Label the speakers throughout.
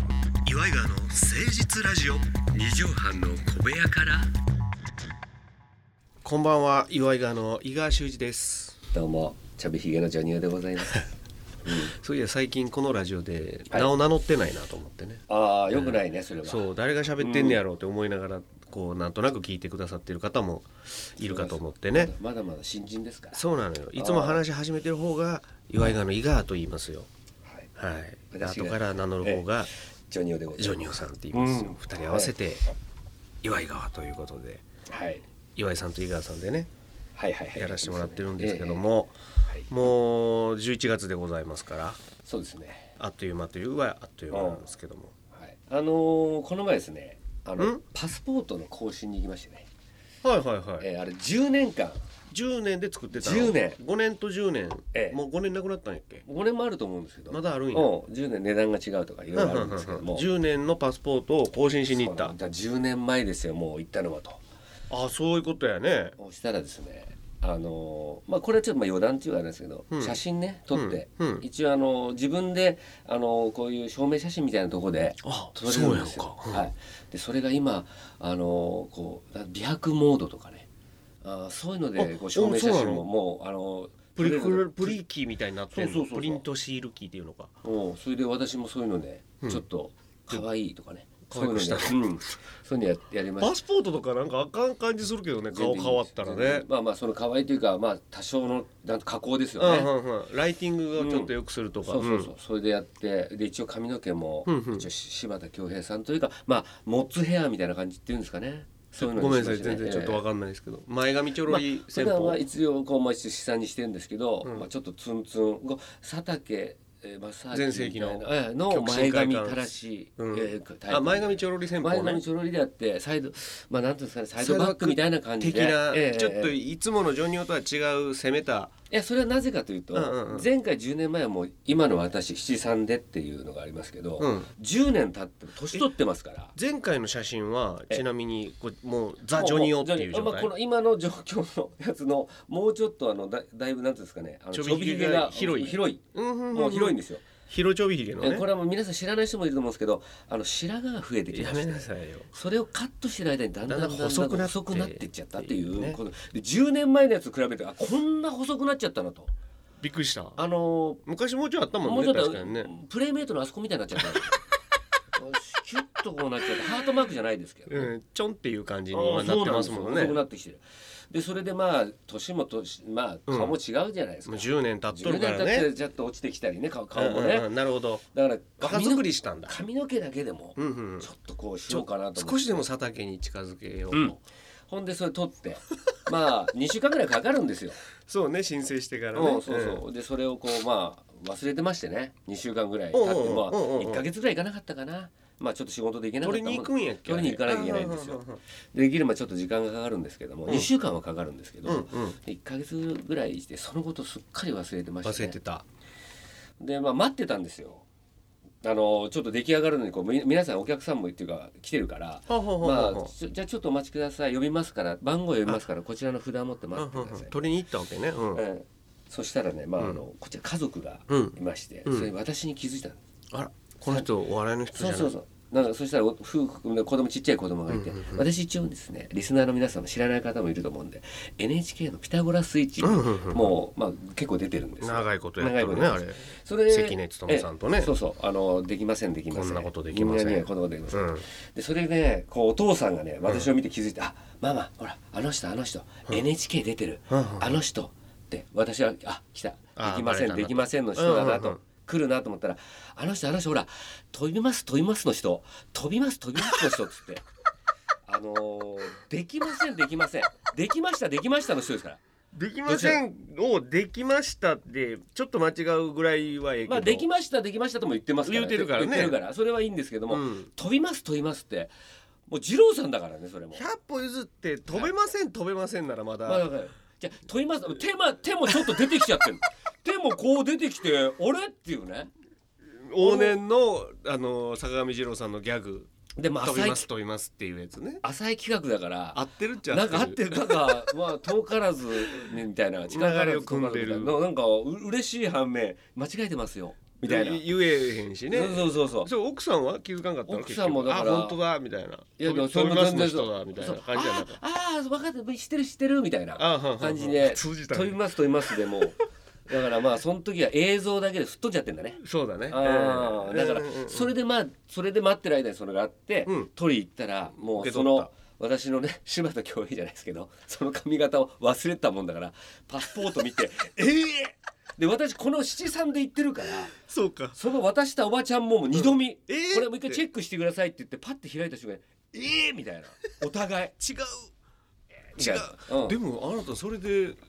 Speaker 1: イガーの誠実ラジオ
Speaker 2: 二畳半の小部屋から
Speaker 1: こんばんは岩井川の井川修司です
Speaker 2: どうもちゃびひげのジョニオでございます
Speaker 1: そういや最近このラジオで
Speaker 2: はい
Speaker 1: 名を名乗ってないなと思ってね、
Speaker 2: ああよくないねそれは
Speaker 1: そう誰が喋ってんねやろうって思いながらこうなんとなく聞いてくださってる方もいるかと思ってね
Speaker 2: まだまだ新人ですから
Speaker 1: そうなのよいつも話し始めてる方が岩井川の井川と言いますよ
Speaker 2: はい
Speaker 1: はいで
Speaker 2: 私が
Speaker 1: 後から名乗る方が
Speaker 2: ジョニオでございます
Speaker 1: ジョニオさんって言います
Speaker 2: う
Speaker 1: よ
Speaker 2: ん
Speaker 1: 二人合わせて岩井川ということで
Speaker 2: はい
Speaker 1: 岩井さんと井川さんでね
Speaker 2: はいはいはい
Speaker 1: やらせてもらってるんですけども
Speaker 2: ええええ
Speaker 1: もう11月でございますから
Speaker 2: そうですね
Speaker 1: あっという間というはあっという間なんですけども
Speaker 2: はいあのーこの前ですねあの
Speaker 1: ん
Speaker 2: パスポートの更新に行きましてね
Speaker 1: はいはいはい
Speaker 2: えーあれ10年間
Speaker 1: 10年で作ってたの
Speaker 2: 10年
Speaker 1: 5年と10年
Speaker 2: ええ
Speaker 1: もう5年なくなったんやっけ
Speaker 2: 5年もあると思うんですけど
Speaker 1: まだあるんや
Speaker 2: うん10年値段が違うとかいろいろあるんです けども
Speaker 1: 10年のパスポートを更新しに行った
Speaker 2: そう10年前ですよもう行ったのはと
Speaker 1: あそういうことやね
Speaker 2: そうしたらですねあのーまあこれはちょっとまあ余談っていうかあれなんですけど、
Speaker 1: うん
Speaker 2: 写真ね撮って、
Speaker 1: うんうん
Speaker 2: 一応あのー自分であのーこういう証明写真みたいなとこで
Speaker 1: あ
Speaker 2: 撮れるんですよ
Speaker 1: そうやんか
Speaker 2: はい、でそれが今あのーこうな美白モードとかねあーそういうので
Speaker 1: あ
Speaker 2: こう証明写
Speaker 1: そう
Speaker 2: 真
Speaker 1: なの
Speaker 2: ももうあのー
Speaker 1: プリ
Speaker 2: 撮
Speaker 1: ク
Speaker 2: れる
Speaker 1: ルプリキーみたいになってんの
Speaker 2: そうそうそうそう
Speaker 1: プリントシールキーっていうのか
Speaker 2: うんそれで私もそういうので、
Speaker 1: うん
Speaker 2: ちょっと可愛いとかね
Speaker 1: 可
Speaker 2: そうい
Speaker 1: 愛
Speaker 2: う
Speaker 1: く
Speaker 2: の
Speaker 1: した
Speaker 2: で、うん、そういうのややりました
Speaker 1: パスポートとかなんかあかん感じするけどね顔変わったら
Speaker 2: 全然いい
Speaker 1: ね
Speaker 2: ですまあまあその可愛いというかまあ多少のなん加工ですよ
Speaker 1: うん
Speaker 2: ね、
Speaker 1: うんうんライティングをちょっと良くするとか
Speaker 2: そうそうそう、それでやってで一応髪の毛も、
Speaker 1: うんうん
Speaker 2: 一応し柴田恭平さんというかまあモッツヘアみたいな感じっていうんですかねそういうの
Speaker 1: ご
Speaker 2: に
Speaker 1: めん
Speaker 2: し
Speaker 1: なさい
Speaker 2: ましたね
Speaker 1: 全然ちょっとわ
Speaker 2: え
Speaker 1: かんないですけど前髪ちょ
Speaker 2: えま
Speaker 1: ろ
Speaker 2: あ
Speaker 1: り、
Speaker 2: 普
Speaker 1: 戦
Speaker 2: 段
Speaker 1: 法
Speaker 2: は一応こうまあ資産にしてるんですけど、
Speaker 1: うん
Speaker 2: まあちょっとツンツンこう佐竹えーマッサージ
Speaker 1: 前世紀の
Speaker 2: みたいなええの
Speaker 1: 極真
Speaker 2: 前
Speaker 1: 会館
Speaker 2: 髪垂らし、
Speaker 1: うん
Speaker 2: ええタイプ
Speaker 1: あ前髪ちょろり戦法
Speaker 2: 前
Speaker 1: ね
Speaker 2: 髪ちょろりであってサイドまあなんていうんですかねサイドバックみたいな感じで
Speaker 1: 的な、
Speaker 2: ええ
Speaker 1: ちょっと
Speaker 2: ええ
Speaker 1: いつものジョニオとは違う攻めた
Speaker 2: いやそれはなぜかというと、
Speaker 1: うんうんうん
Speaker 2: 前回10年前はもう今の私七三でっていうのがありますけど、
Speaker 1: うん
Speaker 2: 10年経って年取ってますから。
Speaker 1: 前回の写真はちなみにこうもう
Speaker 2: も
Speaker 1: ザ・
Speaker 2: う
Speaker 1: ジョニオっていう
Speaker 2: ジョニオ
Speaker 1: 状
Speaker 2: まあ、
Speaker 1: 態
Speaker 2: この今の状況のやつのもうちょっとあのだだいぶなんていうんですかねあの
Speaker 1: ちょびひげが
Speaker 2: ちょび
Speaker 1: 広
Speaker 2: ひげ広い
Speaker 1: うんうんうん
Speaker 2: もう広いんですよ、
Speaker 1: 広ちょびひげの
Speaker 2: え
Speaker 1: ね
Speaker 2: これはもう皆さん知らない人もいると思うんですけどあの白髪が増えてきま
Speaker 1: や
Speaker 2: し
Speaker 1: め
Speaker 2: て
Speaker 1: なさいよ
Speaker 2: それをカットしてる間にだんだん
Speaker 1: だんだん細くなって
Speaker 2: 細くなっていっちゃったっていう
Speaker 1: ね
Speaker 2: ことで10年前のやつと比べてあこんな細くなっちゃったなと
Speaker 1: びっくりした
Speaker 2: あの
Speaker 1: 昔もうちょいあった
Speaker 2: も
Speaker 1: も
Speaker 2: うんちょ
Speaker 1: ね
Speaker 2: っと
Speaker 1: 確かにね
Speaker 2: プレイメイトのあそこみたいになっちゃったキュッとこうなっちゃってハートマークじゃないですけどね、
Speaker 1: うんちょんっていう感じに
Speaker 2: あ
Speaker 1: は
Speaker 2: あ
Speaker 1: なっ
Speaker 2: そ
Speaker 1: て
Speaker 2: うなん
Speaker 1: ま
Speaker 2: ですす
Speaker 1: も
Speaker 2: よ
Speaker 1: ん
Speaker 2: 細
Speaker 1: ね
Speaker 2: く
Speaker 1: も
Speaker 2: なってきてるでそれでまあ年も年まあ顔も違うじゃないです
Speaker 1: う
Speaker 2: か、
Speaker 1: 10年経っと
Speaker 2: 10
Speaker 1: る
Speaker 2: 年
Speaker 1: から
Speaker 2: 経って
Speaker 1: ね
Speaker 2: ちょっと落ちてきたりね顔顔もね、
Speaker 1: うんうんうんなるほど
Speaker 2: だから
Speaker 1: 若
Speaker 2: 髪の
Speaker 1: 作りしたんだ
Speaker 2: 髪の毛だけでも
Speaker 1: うんうん
Speaker 2: ちょっとこうしようかなと思って
Speaker 1: 少しでも佐竹に近づけようと、
Speaker 2: うんほんでそれ取ってまあ2週間ぐらいかかるんですよ、
Speaker 1: そうね申請してからね、
Speaker 2: うんそうそうでそれをこうまあ忘れてましてね2週間ぐらい経ってまあ
Speaker 1: おうおうおうおうおう
Speaker 2: 1か月ぐらい行かなかったかなまあちょっと仕事で行けなかっ
Speaker 1: 取
Speaker 2: た
Speaker 1: り
Speaker 2: もん
Speaker 1: に行くんやっけ
Speaker 2: 取りに行かなきゃいけないんですよできればちょっと時間がかかるんですけども、
Speaker 1: うん
Speaker 2: 2週間はかかるんですけ
Speaker 1: うんうん
Speaker 2: ど、一1か月ぐらいしてそのことすっかり忘れてまして、
Speaker 1: 忘
Speaker 2: ね
Speaker 1: れ、てた
Speaker 2: でまあ待ってたんですよあのちょっと出来上がるのにこうみ皆さんお客さんもっていうか来てるから
Speaker 1: ほうほうほうほ
Speaker 2: ま
Speaker 1: う
Speaker 2: あちょじゃあちょっとお待ちください呼びますから番号呼びますからこちらの札持って待って
Speaker 1: うんうん
Speaker 2: くだ
Speaker 1: うん
Speaker 2: さい、
Speaker 1: 取りに行ったわけねうん、
Speaker 2: ええそしたらねまああの、こっちは家族が
Speaker 1: うん
Speaker 2: いまして、
Speaker 1: うん
Speaker 2: それに私に気づいたんです
Speaker 1: あらこの人お笑いの人じゃ
Speaker 2: そう
Speaker 1: ない
Speaker 2: そうそうなんかそしたらお夫婦子供ちっちゃい子供がいて、
Speaker 1: うんうん
Speaker 2: 私一応ですねリスナーの皆さんも知らない方もいると思うんで NHK の「ピタゴラスイッチ」
Speaker 1: うんうんうん
Speaker 2: もう、まあ、結構出てるんですよ
Speaker 1: 長いことやってるねあ
Speaker 2: 長いこと
Speaker 1: れ
Speaker 2: それ
Speaker 1: 関根勤さんとね
Speaker 2: ええそうそうあのできませんできません
Speaker 1: こんなことできません
Speaker 2: みんなにはこんなことできません、
Speaker 1: うん
Speaker 2: でそれで、ね、こうお父さんがね私を見て気づいて「あママほらあの人あの人、NHK 出てる、
Speaker 1: うんうん
Speaker 2: あの人」って私は「あ来たで
Speaker 1: あ
Speaker 2: きま
Speaker 1: バレ
Speaker 2: せん
Speaker 1: たんだ
Speaker 2: できません」の人だな
Speaker 1: うん
Speaker 2: と、
Speaker 1: うんうん
Speaker 2: 来るなと思ったら「あの人あの人ほら飛びます飛びますの人飛びます飛びますの人」っつ って「あのーできませんできませんできましたできました」の人ですから。
Speaker 1: できませんをできましたってちょっと間違うぐらいはええけど
Speaker 2: まあ、できましたできましたとも言ってますから
Speaker 1: 言うてるからね
Speaker 2: 言ってるからそれはいいんですけども、
Speaker 1: うん
Speaker 2: 飛びます飛びますってもう二郎さんだからねそれも。
Speaker 1: 100歩譲って飛べません飛べませんならまだ、
Speaker 2: まあだからじゃあ飛びます手,、ま、手もちょっと出てきちゃってる 手もこう出てきて「あれ?」っていうね
Speaker 1: 往年のあの坂上二郎さんのギャグ
Speaker 2: でも
Speaker 1: 飛
Speaker 2: 浅
Speaker 1: び
Speaker 2: い
Speaker 1: ます飛びますっていうやつね
Speaker 2: 浅い企画だから
Speaker 1: 合ってるっちゃ
Speaker 2: なんかあってなんかまあ遠からずみたいな近からず
Speaker 1: 流れを組んでる
Speaker 2: 遠からずみたいななんかう嬉しい反面間違えてますよみたいな。
Speaker 1: 言言えへんしね
Speaker 2: そうそうそうそう。
Speaker 1: それ奥さんは気づかんかったの
Speaker 2: 奥さんもだか
Speaker 1: 結
Speaker 2: ら
Speaker 1: 局あ本当だみたいない
Speaker 2: やでも
Speaker 1: 飛
Speaker 2: それ
Speaker 1: び
Speaker 2: も
Speaker 1: ます
Speaker 2: 全
Speaker 1: の
Speaker 2: 然
Speaker 1: 人だみたいな感じじゃなか
Speaker 2: そうああ分かった知ってる知ってるみたいな
Speaker 1: あはんはんはん
Speaker 2: 感じで
Speaker 1: 通じたね
Speaker 2: 飛びます飛びますでもうだからまあその時は映像だけですっ飛んじゃってんだね
Speaker 1: そうだね
Speaker 2: ああだからそれでまあそれで待ってる間にそれがあって
Speaker 1: うん
Speaker 2: 取り行ったらも
Speaker 1: 受
Speaker 2: う
Speaker 1: け
Speaker 2: そ
Speaker 1: 取った
Speaker 2: の私のね 柴田恭平じゃないですけどその髪型を忘れてたもんだからパスポート 見てええで私この七三で行ってるから
Speaker 1: そうか
Speaker 2: その渡したおばちゃんももう二度見、
Speaker 1: えー
Speaker 2: これもう一回チェックしてくださいって言ってパッて開いた瞬間に「ええみたいなお互い
Speaker 1: 違
Speaker 2: みたいな
Speaker 1: う、
Speaker 2: うん
Speaker 1: でもあなたそれで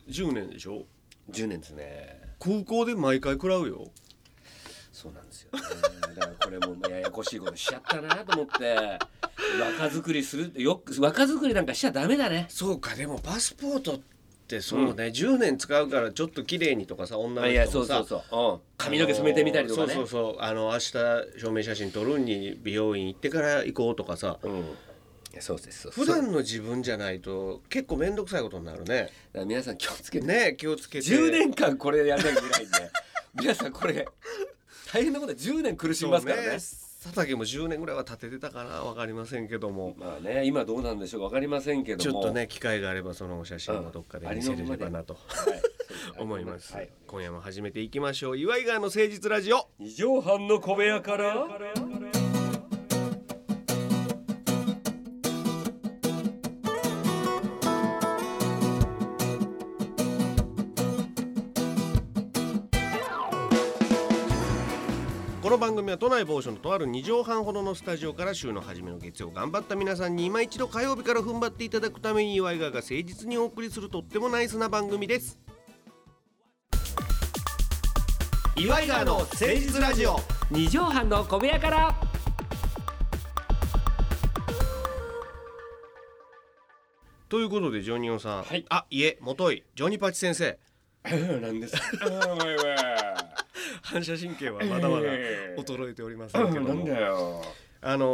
Speaker 1: 10年でしょ
Speaker 2: 10年ですね
Speaker 1: 高校で毎回食らうよ
Speaker 2: そうなんですよ、ね、だからこれもややこしいことしちゃったなと思って若作りするってよく若作りなんかしちゃダメだね
Speaker 1: そうかでもパスポートってそうね、10年使うからちょっと綺麗にとかさ女
Speaker 2: あ
Speaker 1: の
Speaker 2: いや
Speaker 1: 人
Speaker 2: そ
Speaker 1: も
Speaker 2: うそ
Speaker 1: さ
Speaker 2: うそう、うん、髪の毛染めてみたりとかね
Speaker 1: あのそうそうそうあの明日証明写真撮るんに美容院行ってから行こうとかさ
Speaker 2: うんいやそうですそうです
Speaker 1: 普段の自分じゃないと結構面倒くさいことになるね
Speaker 2: だから皆さん気をつけて、
Speaker 1: ね気をつけて
Speaker 2: 10年間これやらなきゃいけないんで皆さんこれ大変なことで10年苦しみますから
Speaker 1: そう
Speaker 2: ね
Speaker 1: 佐竹も10年ぐらいは立ててたかなわかりませんけども
Speaker 2: まあね今どうなんでしょうか分かりませんけども
Speaker 1: ちょっとね機会があればそのお写真
Speaker 2: う
Speaker 1: も
Speaker 2: ん
Speaker 1: どっかで
Speaker 2: あり
Speaker 1: 見
Speaker 2: の
Speaker 1: せ
Speaker 2: まま
Speaker 1: れ
Speaker 2: で
Speaker 1: ればなと
Speaker 2: はいそうで
Speaker 1: 思います、
Speaker 2: はい
Speaker 1: 今夜も始めていきましょう岩井川の誠実ラジオ
Speaker 2: 二畳半の小部屋から
Speaker 1: この番組は都内某所のとある2畳半ほどのスタジオから週の初めの月曜頑張った皆さんに今一度火曜日から踏ん張っていただくために岩井川が誠実にお送りするとってもナイスな番組です岩井川の誠実ラジオ
Speaker 2: 二畳半の小部屋から
Speaker 1: ということでジョニオさん、
Speaker 2: はい
Speaker 1: あいえもといジョニパチ先生
Speaker 2: なんです
Speaker 1: 反射神 経は
Speaker 2: まだまだ
Speaker 1: 衰えておりませ
Speaker 2: なんだよ
Speaker 1: あの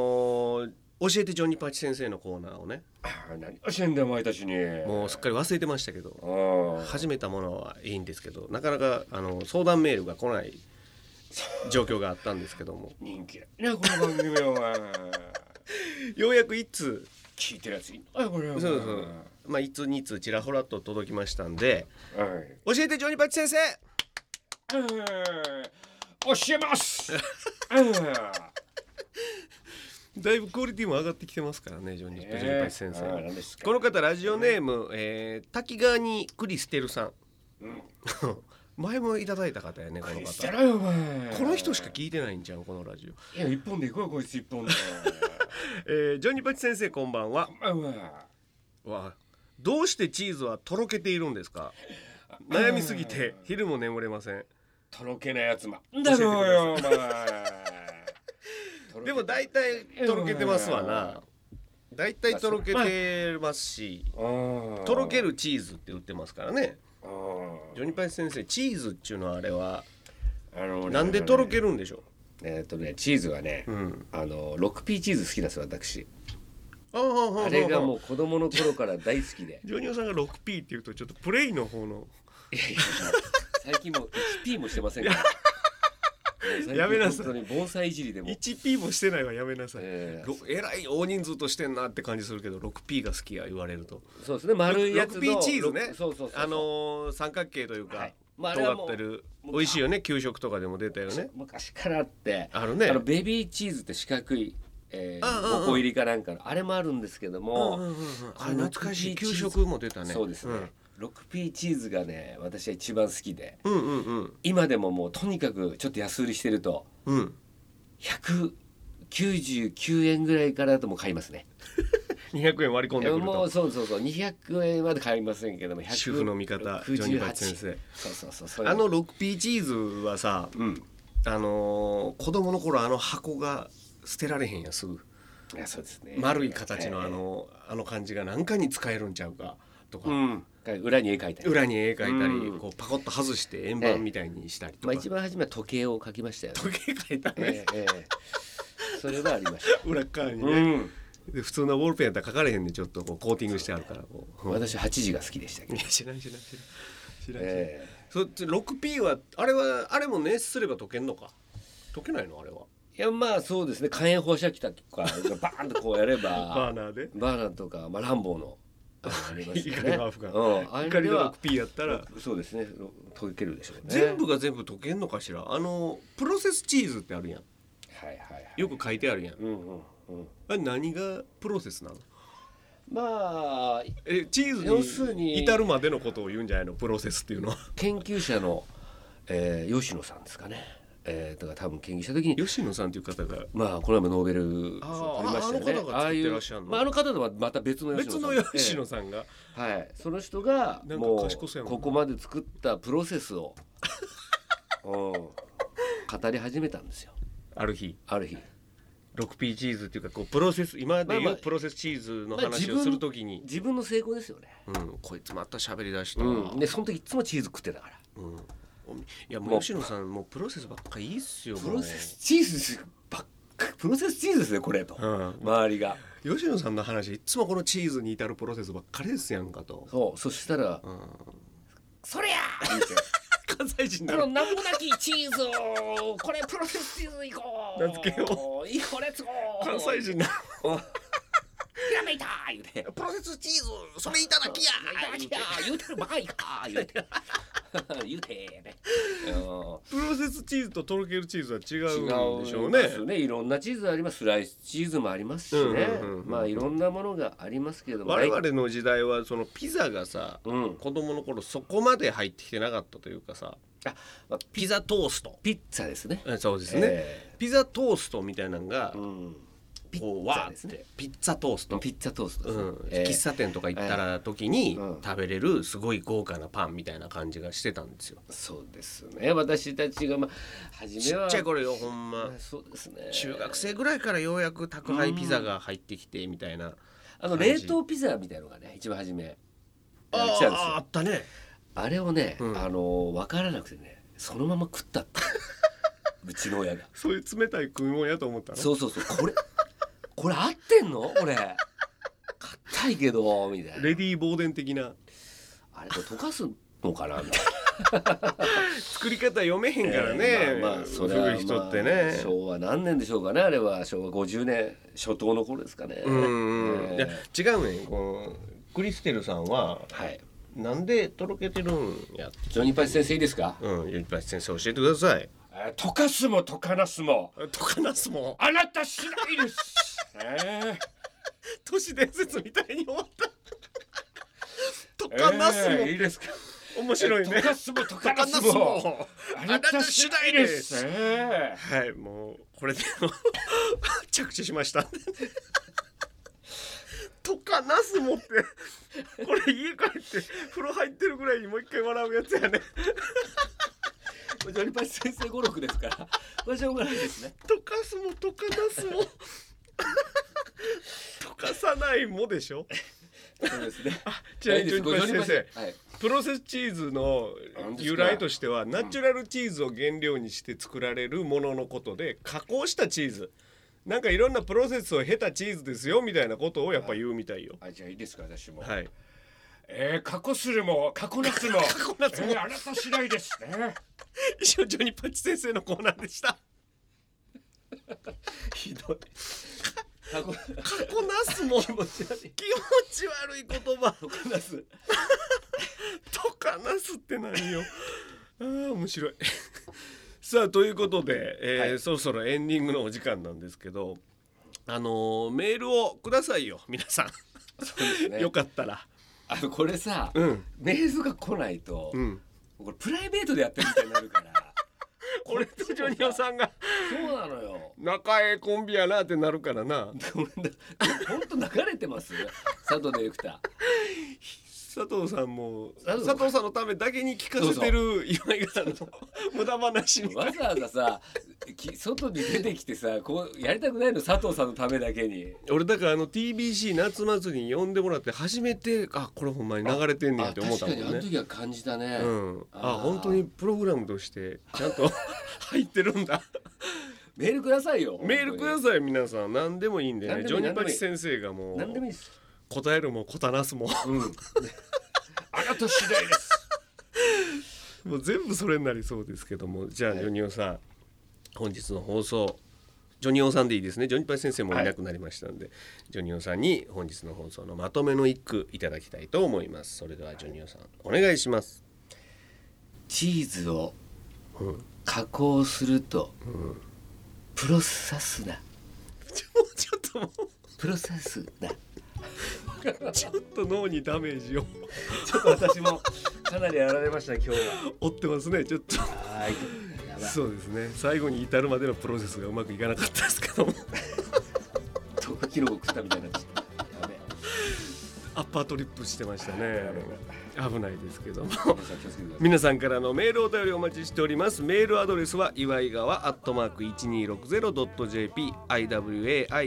Speaker 1: ー教えてジョニパチ先生のコーナーをね
Speaker 2: 何をしてんだよお前たちに
Speaker 1: もうすっかり忘れてましたけど
Speaker 2: うん
Speaker 1: 始めたものはいいんですけどなかなかあの相談メールが来ない状況があったんですけども
Speaker 2: 人気だねこの番組はお前
Speaker 1: ようやく1通
Speaker 2: 聞いてるやついんのあこれは
Speaker 1: そうそうまあ1通2通ちらほらと届きましたんで
Speaker 2: はい
Speaker 1: 教えてジョニパチ先生
Speaker 2: 教え ますうん
Speaker 1: だいぶクオリティも上がってきてますからねジョニ,、ジョニパチ先
Speaker 2: あー
Speaker 1: 生
Speaker 2: 何ですか
Speaker 1: この方ラジオネーム、えー、滝川にクリステルさん
Speaker 2: うん
Speaker 1: 前もいただいた方やねこの
Speaker 2: 何して
Speaker 1: 方
Speaker 2: ろよお前
Speaker 1: この人しか聞いてないんじゃんこのラジオ、
Speaker 2: いや一本で行こうよこいつ一 本で
Speaker 1: えー、ジョニパチ先生こんばんは
Speaker 2: お前は
Speaker 1: わどうしてチーズはとろけているんですか悩みすぎて昼も眠れません
Speaker 2: とろけないやつま
Speaker 1: だ
Speaker 2: だ
Speaker 1: ろ
Speaker 2: ろ
Speaker 1: う
Speaker 2: う
Speaker 1: よ
Speaker 2: よお 前
Speaker 1: でも大体とろけてますわな大体とろけてますしと
Speaker 2: と
Speaker 1: ろけるチーズって売ってますからね
Speaker 2: あ
Speaker 1: ジョニパイ先生チーズっていうのはあれは
Speaker 2: の
Speaker 1: なんでとろけ
Speaker 2: る
Speaker 1: るんでしょ
Speaker 2: えーっとねチーズはね
Speaker 1: う、うん、
Speaker 2: あの 6P チーズ好きなんですよ私
Speaker 1: あははは
Speaker 2: あれがも
Speaker 1: う
Speaker 2: う子供の頃から大好きで
Speaker 1: ジョニオさんが 6P っていうとちょっとプレイの方の
Speaker 2: いやいや最近もう 1P もしてませんからもう最近
Speaker 1: やめなさい
Speaker 2: 本当に盆栽いじりでも
Speaker 1: 1P もしてないはやめなさい
Speaker 2: えー
Speaker 1: ろえらい大人数としてんなって感じするけど 6P が好きや言われると
Speaker 2: そうですね丸いやつの
Speaker 1: 6P チーズね
Speaker 2: ろくそうそうそうそう
Speaker 1: あのー三角形というか、
Speaker 2: はいまああれは
Speaker 1: 尖
Speaker 2: も
Speaker 1: っ
Speaker 2: う
Speaker 1: てる
Speaker 2: もう
Speaker 1: 美味しいよね給食とかでも出たよね
Speaker 2: 昔からあって
Speaker 1: あるね
Speaker 2: のベビーチーズって四角い、えー
Speaker 1: うんうんうん
Speaker 2: 5個入りかなんかのあれもあるんですけども、
Speaker 1: あれ懐かしい
Speaker 2: 6P
Speaker 1: 給食も出たね
Speaker 2: そうですね、6P チーズがね私は一番好きで
Speaker 1: うん、うんうんうん
Speaker 2: 今でももうとにかくちょっと安売りしてると
Speaker 1: うん
Speaker 2: 199円ぐらいからだともう買いますね
Speaker 1: 200円割り込んでくる
Speaker 2: もう
Speaker 1: と
Speaker 2: そうそうそう200円まで買いませんけども100
Speaker 1: 主婦の味方ジョニーバッチ先生
Speaker 2: そうそうそうそう
Speaker 1: あの 6P チーズはさ
Speaker 2: うん
Speaker 1: あのー子供の頃あの箱が捨てられへんやすぐ
Speaker 2: いやそうですね
Speaker 1: 丸い形のあの、あの感じが何かに使えるんちゃうかとか、
Speaker 2: うん裏に絵描いたり
Speaker 1: 裏に絵描いたり、
Speaker 2: うん
Speaker 1: こうパコッと外して円盤みたいにしたりと
Speaker 2: まあ
Speaker 1: か、
Speaker 2: 一番初めは時計を描きましたよね
Speaker 1: 時計描いたね、
Speaker 2: ええええそれはありました。
Speaker 1: 裏側に
Speaker 2: う
Speaker 1: ね、
Speaker 2: ん、
Speaker 1: で普通のウォールペンやったら書かれへんでちょっとこうコーティングしてあるからこう、うん
Speaker 2: 私8時が好きでしたけ
Speaker 1: い
Speaker 2: ど。
Speaker 1: や知らん知らん知らん知らん、
Speaker 2: ええ
Speaker 1: そっち 6P はあれはあれも熱すれば溶けんのか溶けないのあれはい
Speaker 2: やまあそうですね火炎放射器とかバーンとこう やれば
Speaker 1: ナーで
Speaker 2: バーナーとか、まあ、ランボーのあのありますよ
Speaker 1: 怒り
Speaker 2: ね。
Speaker 1: のアフガン
Speaker 2: うん、あ
Speaker 1: 怒り
Speaker 2: れ
Speaker 1: の
Speaker 2: は
Speaker 1: 6P やったら
Speaker 2: そうですね溶けるでしょうね。
Speaker 1: 全部が全部溶けんのかしらあのプロセスチーズってあるやん
Speaker 2: はいはいはい。
Speaker 1: よく書いてあるやん
Speaker 2: うんうんうん。
Speaker 1: あれ何がプロセスなの
Speaker 2: まあ
Speaker 1: えチ
Speaker 2: 要
Speaker 1: ー
Speaker 2: す
Speaker 1: ズ
Speaker 2: るに
Speaker 1: に至るまでのことを言うんじゃないのプロセスっていうのは
Speaker 2: 研究者の、えー、吉野さんですかね。えー、とか多分研究した時に
Speaker 1: 吉野さんっていう方が
Speaker 2: まあこの前もノーベル
Speaker 1: あー
Speaker 2: 賞取りましたよね
Speaker 1: ああの方が作ってらっしゃるの
Speaker 2: ああいうまあ、あの方とはまた別の
Speaker 1: 別
Speaker 2: 吉野さん
Speaker 1: の吉野さんが
Speaker 2: はい、その人が
Speaker 1: なんか
Speaker 2: もう
Speaker 1: 賢そうやもんな
Speaker 2: ここまで作ったプロセスを、 うん、語り始めたんですよ
Speaker 1: ある日
Speaker 2: ある日、
Speaker 1: 6P チーズっていうかこうプロセス今で
Speaker 2: ま
Speaker 1: い
Speaker 2: あま
Speaker 1: う
Speaker 2: あ
Speaker 1: プロセスチーズの
Speaker 2: まあ自
Speaker 1: 話を
Speaker 2: 分
Speaker 1: するときに、
Speaker 2: 自分の成功ですよね、
Speaker 1: うん、こいつまた喋りだした、
Speaker 2: うん、でその時いつもチーズ食ってたから
Speaker 1: うんいやもう吉野さんもうプロセスばっかいいっすよ
Speaker 2: プロセスチーズばっかプロセスチーズですねこれと、
Speaker 1: うん
Speaker 2: 周りが
Speaker 1: 吉野さんの話いつもこのチーズに至るプロセスばっかりですやんかと、
Speaker 2: そうそしたら
Speaker 1: うん、
Speaker 2: 「そりゃー!」言うて
Speaker 1: 関西人
Speaker 2: この名もなきチーズをこれプロセスチーズいこう
Speaker 1: 名付けよ
Speaker 2: ういいこれつこう
Speaker 1: 関西人な
Speaker 2: ひらめいた言うて
Speaker 1: プロセスチーズそれいただきや
Speaker 2: 言うてるばかいか言う て言うてね
Speaker 1: プロセスチーズととろけるチーズは違
Speaker 2: 違
Speaker 1: うんでしょう
Speaker 2: う
Speaker 1: ね
Speaker 2: ですねいろんなチーズありますスライスチーズもありますしね
Speaker 1: うんうんうんうん
Speaker 2: まあいろんなものがありますけれども
Speaker 1: 我々の時代はそのピザがさ
Speaker 2: うん
Speaker 1: 子供の頃そこまで入ってきてなかったというかさ
Speaker 2: あまあ
Speaker 1: ピザトースト
Speaker 2: ピッツァですね
Speaker 1: えそうですね、
Speaker 2: え
Speaker 1: ピザトーストみたいなのが
Speaker 2: ーうん
Speaker 1: こう
Speaker 2: ピッツァ
Speaker 1: わー
Speaker 2: です
Speaker 1: っ
Speaker 2: ね
Speaker 1: てピッツァトースト
Speaker 2: ピッツァトーストです
Speaker 1: う
Speaker 2: ね
Speaker 1: ん、
Speaker 2: えー
Speaker 1: 喫茶店とか行ったら時に
Speaker 2: うん
Speaker 1: 食べれるすごい豪華なパンみたいな感じがしてたんですよ。
Speaker 2: そうですね私たちがまあ初
Speaker 1: ち
Speaker 2: めは
Speaker 1: っちゃい頃よほんま
Speaker 2: まあそうですね
Speaker 1: 中学生ぐらいからようやく宅配ピザが入ってきてみたいな。
Speaker 2: あの冷凍ピザみたいのがね一番初めあの来たんですよ
Speaker 1: あったね。
Speaker 2: あれをね、
Speaker 1: うん
Speaker 2: あの分からなくてねそのまま食った ってうちの親が
Speaker 1: そういう冷たい食い物やと思った
Speaker 2: そうそうそうこれ これ合ってんのこれ硬いけどみたいな
Speaker 1: レディー・ボーデン的な
Speaker 2: あれこれ溶かすのかなみたい
Speaker 1: 作り方読めへん
Speaker 2: な
Speaker 1: からね、
Speaker 2: まあまあそれは、
Speaker 1: 古い人ってね
Speaker 2: まあ、昭和何年でしょうかねあれは昭和50年初頭の頃ですかね
Speaker 1: うんうん、
Speaker 2: え
Speaker 1: いや違うねんこうクリステルさんは
Speaker 2: はい
Speaker 1: なんでとろけてるんや
Speaker 2: ジョニーパチ先生いいですか、
Speaker 1: うんいっぱい先生教えてください
Speaker 2: えー溶かすも溶かなすも
Speaker 1: とかなすもん
Speaker 2: あなた次第です、えー
Speaker 1: 都市伝説みたいに終わ った。とかなすも、
Speaker 2: えーいいですか
Speaker 1: 面白いね。
Speaker 2: 溶かすも 溶
Speaker 1: と
Speaker 2: か
Speaker 1: か
Speaker 2: な
Speaker 1: な
Speaker 2: す
Speaker 1: す
Speaker 2: も
Speaker 1: も。あなた次第です。
Speaker 2: え
Speaker 1: はい、も うこれで着地しました。 とかなすもってこれ家帰って風呂入ってるぐらいにもう一回笑うやつやね。
Speaker 2: えジョニパチ先生語録ですから、これしょうがないですね。
Speaker 1: とかすもとかなす も。とかさないもでしょ。
Speaker 2: そうですね。
Speaker 1: じ ゃあ
Speaker 2: いいです
Speaker 1: ジョニパチ先生
Speaker 2: はい。
Speaker 1: プロセスチーズの由来としてはナチュラルチーズを原料にして作られるもののことで加工したチーズなんかいろんなプロセスを経たチーズですよみたいなことをやっぱ言うみたいよ。
Speaker 2: あ、じゃあいいですか、私も。
Speaker 1: はい、
Speaker 2: えー、過去するも、過去な すも。過去
Speaker 1: なすも
Speaker 2: えーあなた次第ですね。
Speaker 1: 以上ジョニパチ先生のコーナーでした。
Speaker 2: ひどい。過去、
Speaker 1: 過去なす もん気持
Speaker 2: ち悪い
Speaker 1: ち悪い言葉
Speaker 2: 過去なす。
Speaker 1: とかなすって何よ。 あー面白い。 さあということで、えー
Speaker 2: は
Speaker 1: そろそろエンディングのお時間なんですけど、あのーメールをくださいよ皆さん。
Speaker 2: そうですね
Speaker 1: よ。かったら。
Speaker 2: あの、これさ、
Speaker 1: ん。
Speaker 2: メールが来ないと、
Speaker 1: うん。
Speaker 2: これプライベートでやってるみたいになるから。
Speaker 1: 俺とジョニオ
Speaker 2: ん。
Speaker 1: さんが
Speaker 2: そうなのよ。
Speaker 1: 仲ええコンビやなってなるからな。
Speaker 2: 本当流れてますね佐藤ディレクタ
Speaker 1: 佐藤さんも
Speaker 2: 佐藤
Speaker 1: 佐藤さんのためだけに聞かせてる今井さんの無駄話に
Speaker 2: ー。わざわざさき外に出てきてさこうやりたくないの佐藤さんのためだけに
Speaker 1: 俺だからあの TBC 夏祭りに呼んでもらって初めてあこれほんまに流れてんねんって思ったもん
Speaker 2: あ確かにあの
Speaker 1: ね。
Speaker 2: 時は感じたね、
Speaker 1: うん、あ
Speaker 2: あー
Speaker 1: 本当にプログラムとしてちゃんと 入ってるんだ
Speaker 2: メールくださいよ
Speaker 1: メールください皆さん何でもいいんでね
Speaker 2: 何で
Speaker 1: ジ
Speaker 2: もい
Speaker 1: ョ
Speaker 2: い
Speaker 1: ニパチ先生がも
Speaker 2: 何でも
Speaker 1: う
Speaker 2: いいです
Speaker 1: 答えるも答えなすも
Speaker 2: うんあなた次第です
Speaker 1: もう全部それになりそうですけどもじゃあジョニオさん、本日の放送ジョニオさんでいいですねジョニパイ先生もいなくなりましたので、ジョニオさんに本日の放送のまとめの一句いただきたいと思いますそれではジョニオさんお願いします
Speaker 2: チーズを加工すると、プロサスな
Speaker 1: ちょもうちょっとも
Speaker 2: プロサスな
Speaker 1: うちょっと脳にダメージを
Speaker 2: ちょっと私もかなりやられました今日は
Speaker 1: 負ってますねちょっと
Speaker 2: はいやばい
Speaker 1: そうですね最後に至るまでのプロセスがうまくいかなかったですけども
Speaker 2: 毒キノコ食ったみたいになっちゃったやべえ
Speaker 1: アッパートリップしてましたね危ないですけども
Speaker 2: 皆さん気をつけてください
Speaker 1: 皆さんからのメールお便りお待ちしておりますメールアドレスは岩井川アットマーク 1260.jp iwaigawa ア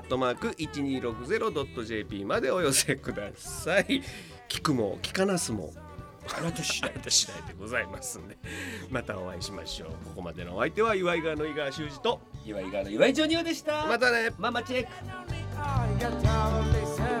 Speaker 1: ットマーク 1260.jp までお寄せください聞くも聞かなすもあなた次第と次第でございますんでまたお会いしましょうここまでのお相手は岩井川の井川修司と
Speaker 2: 岩井川の岩井ジョニオでした
Speaker 1: またね
Speaker 2: ママチェック
Speaker 3: I got tired of listening.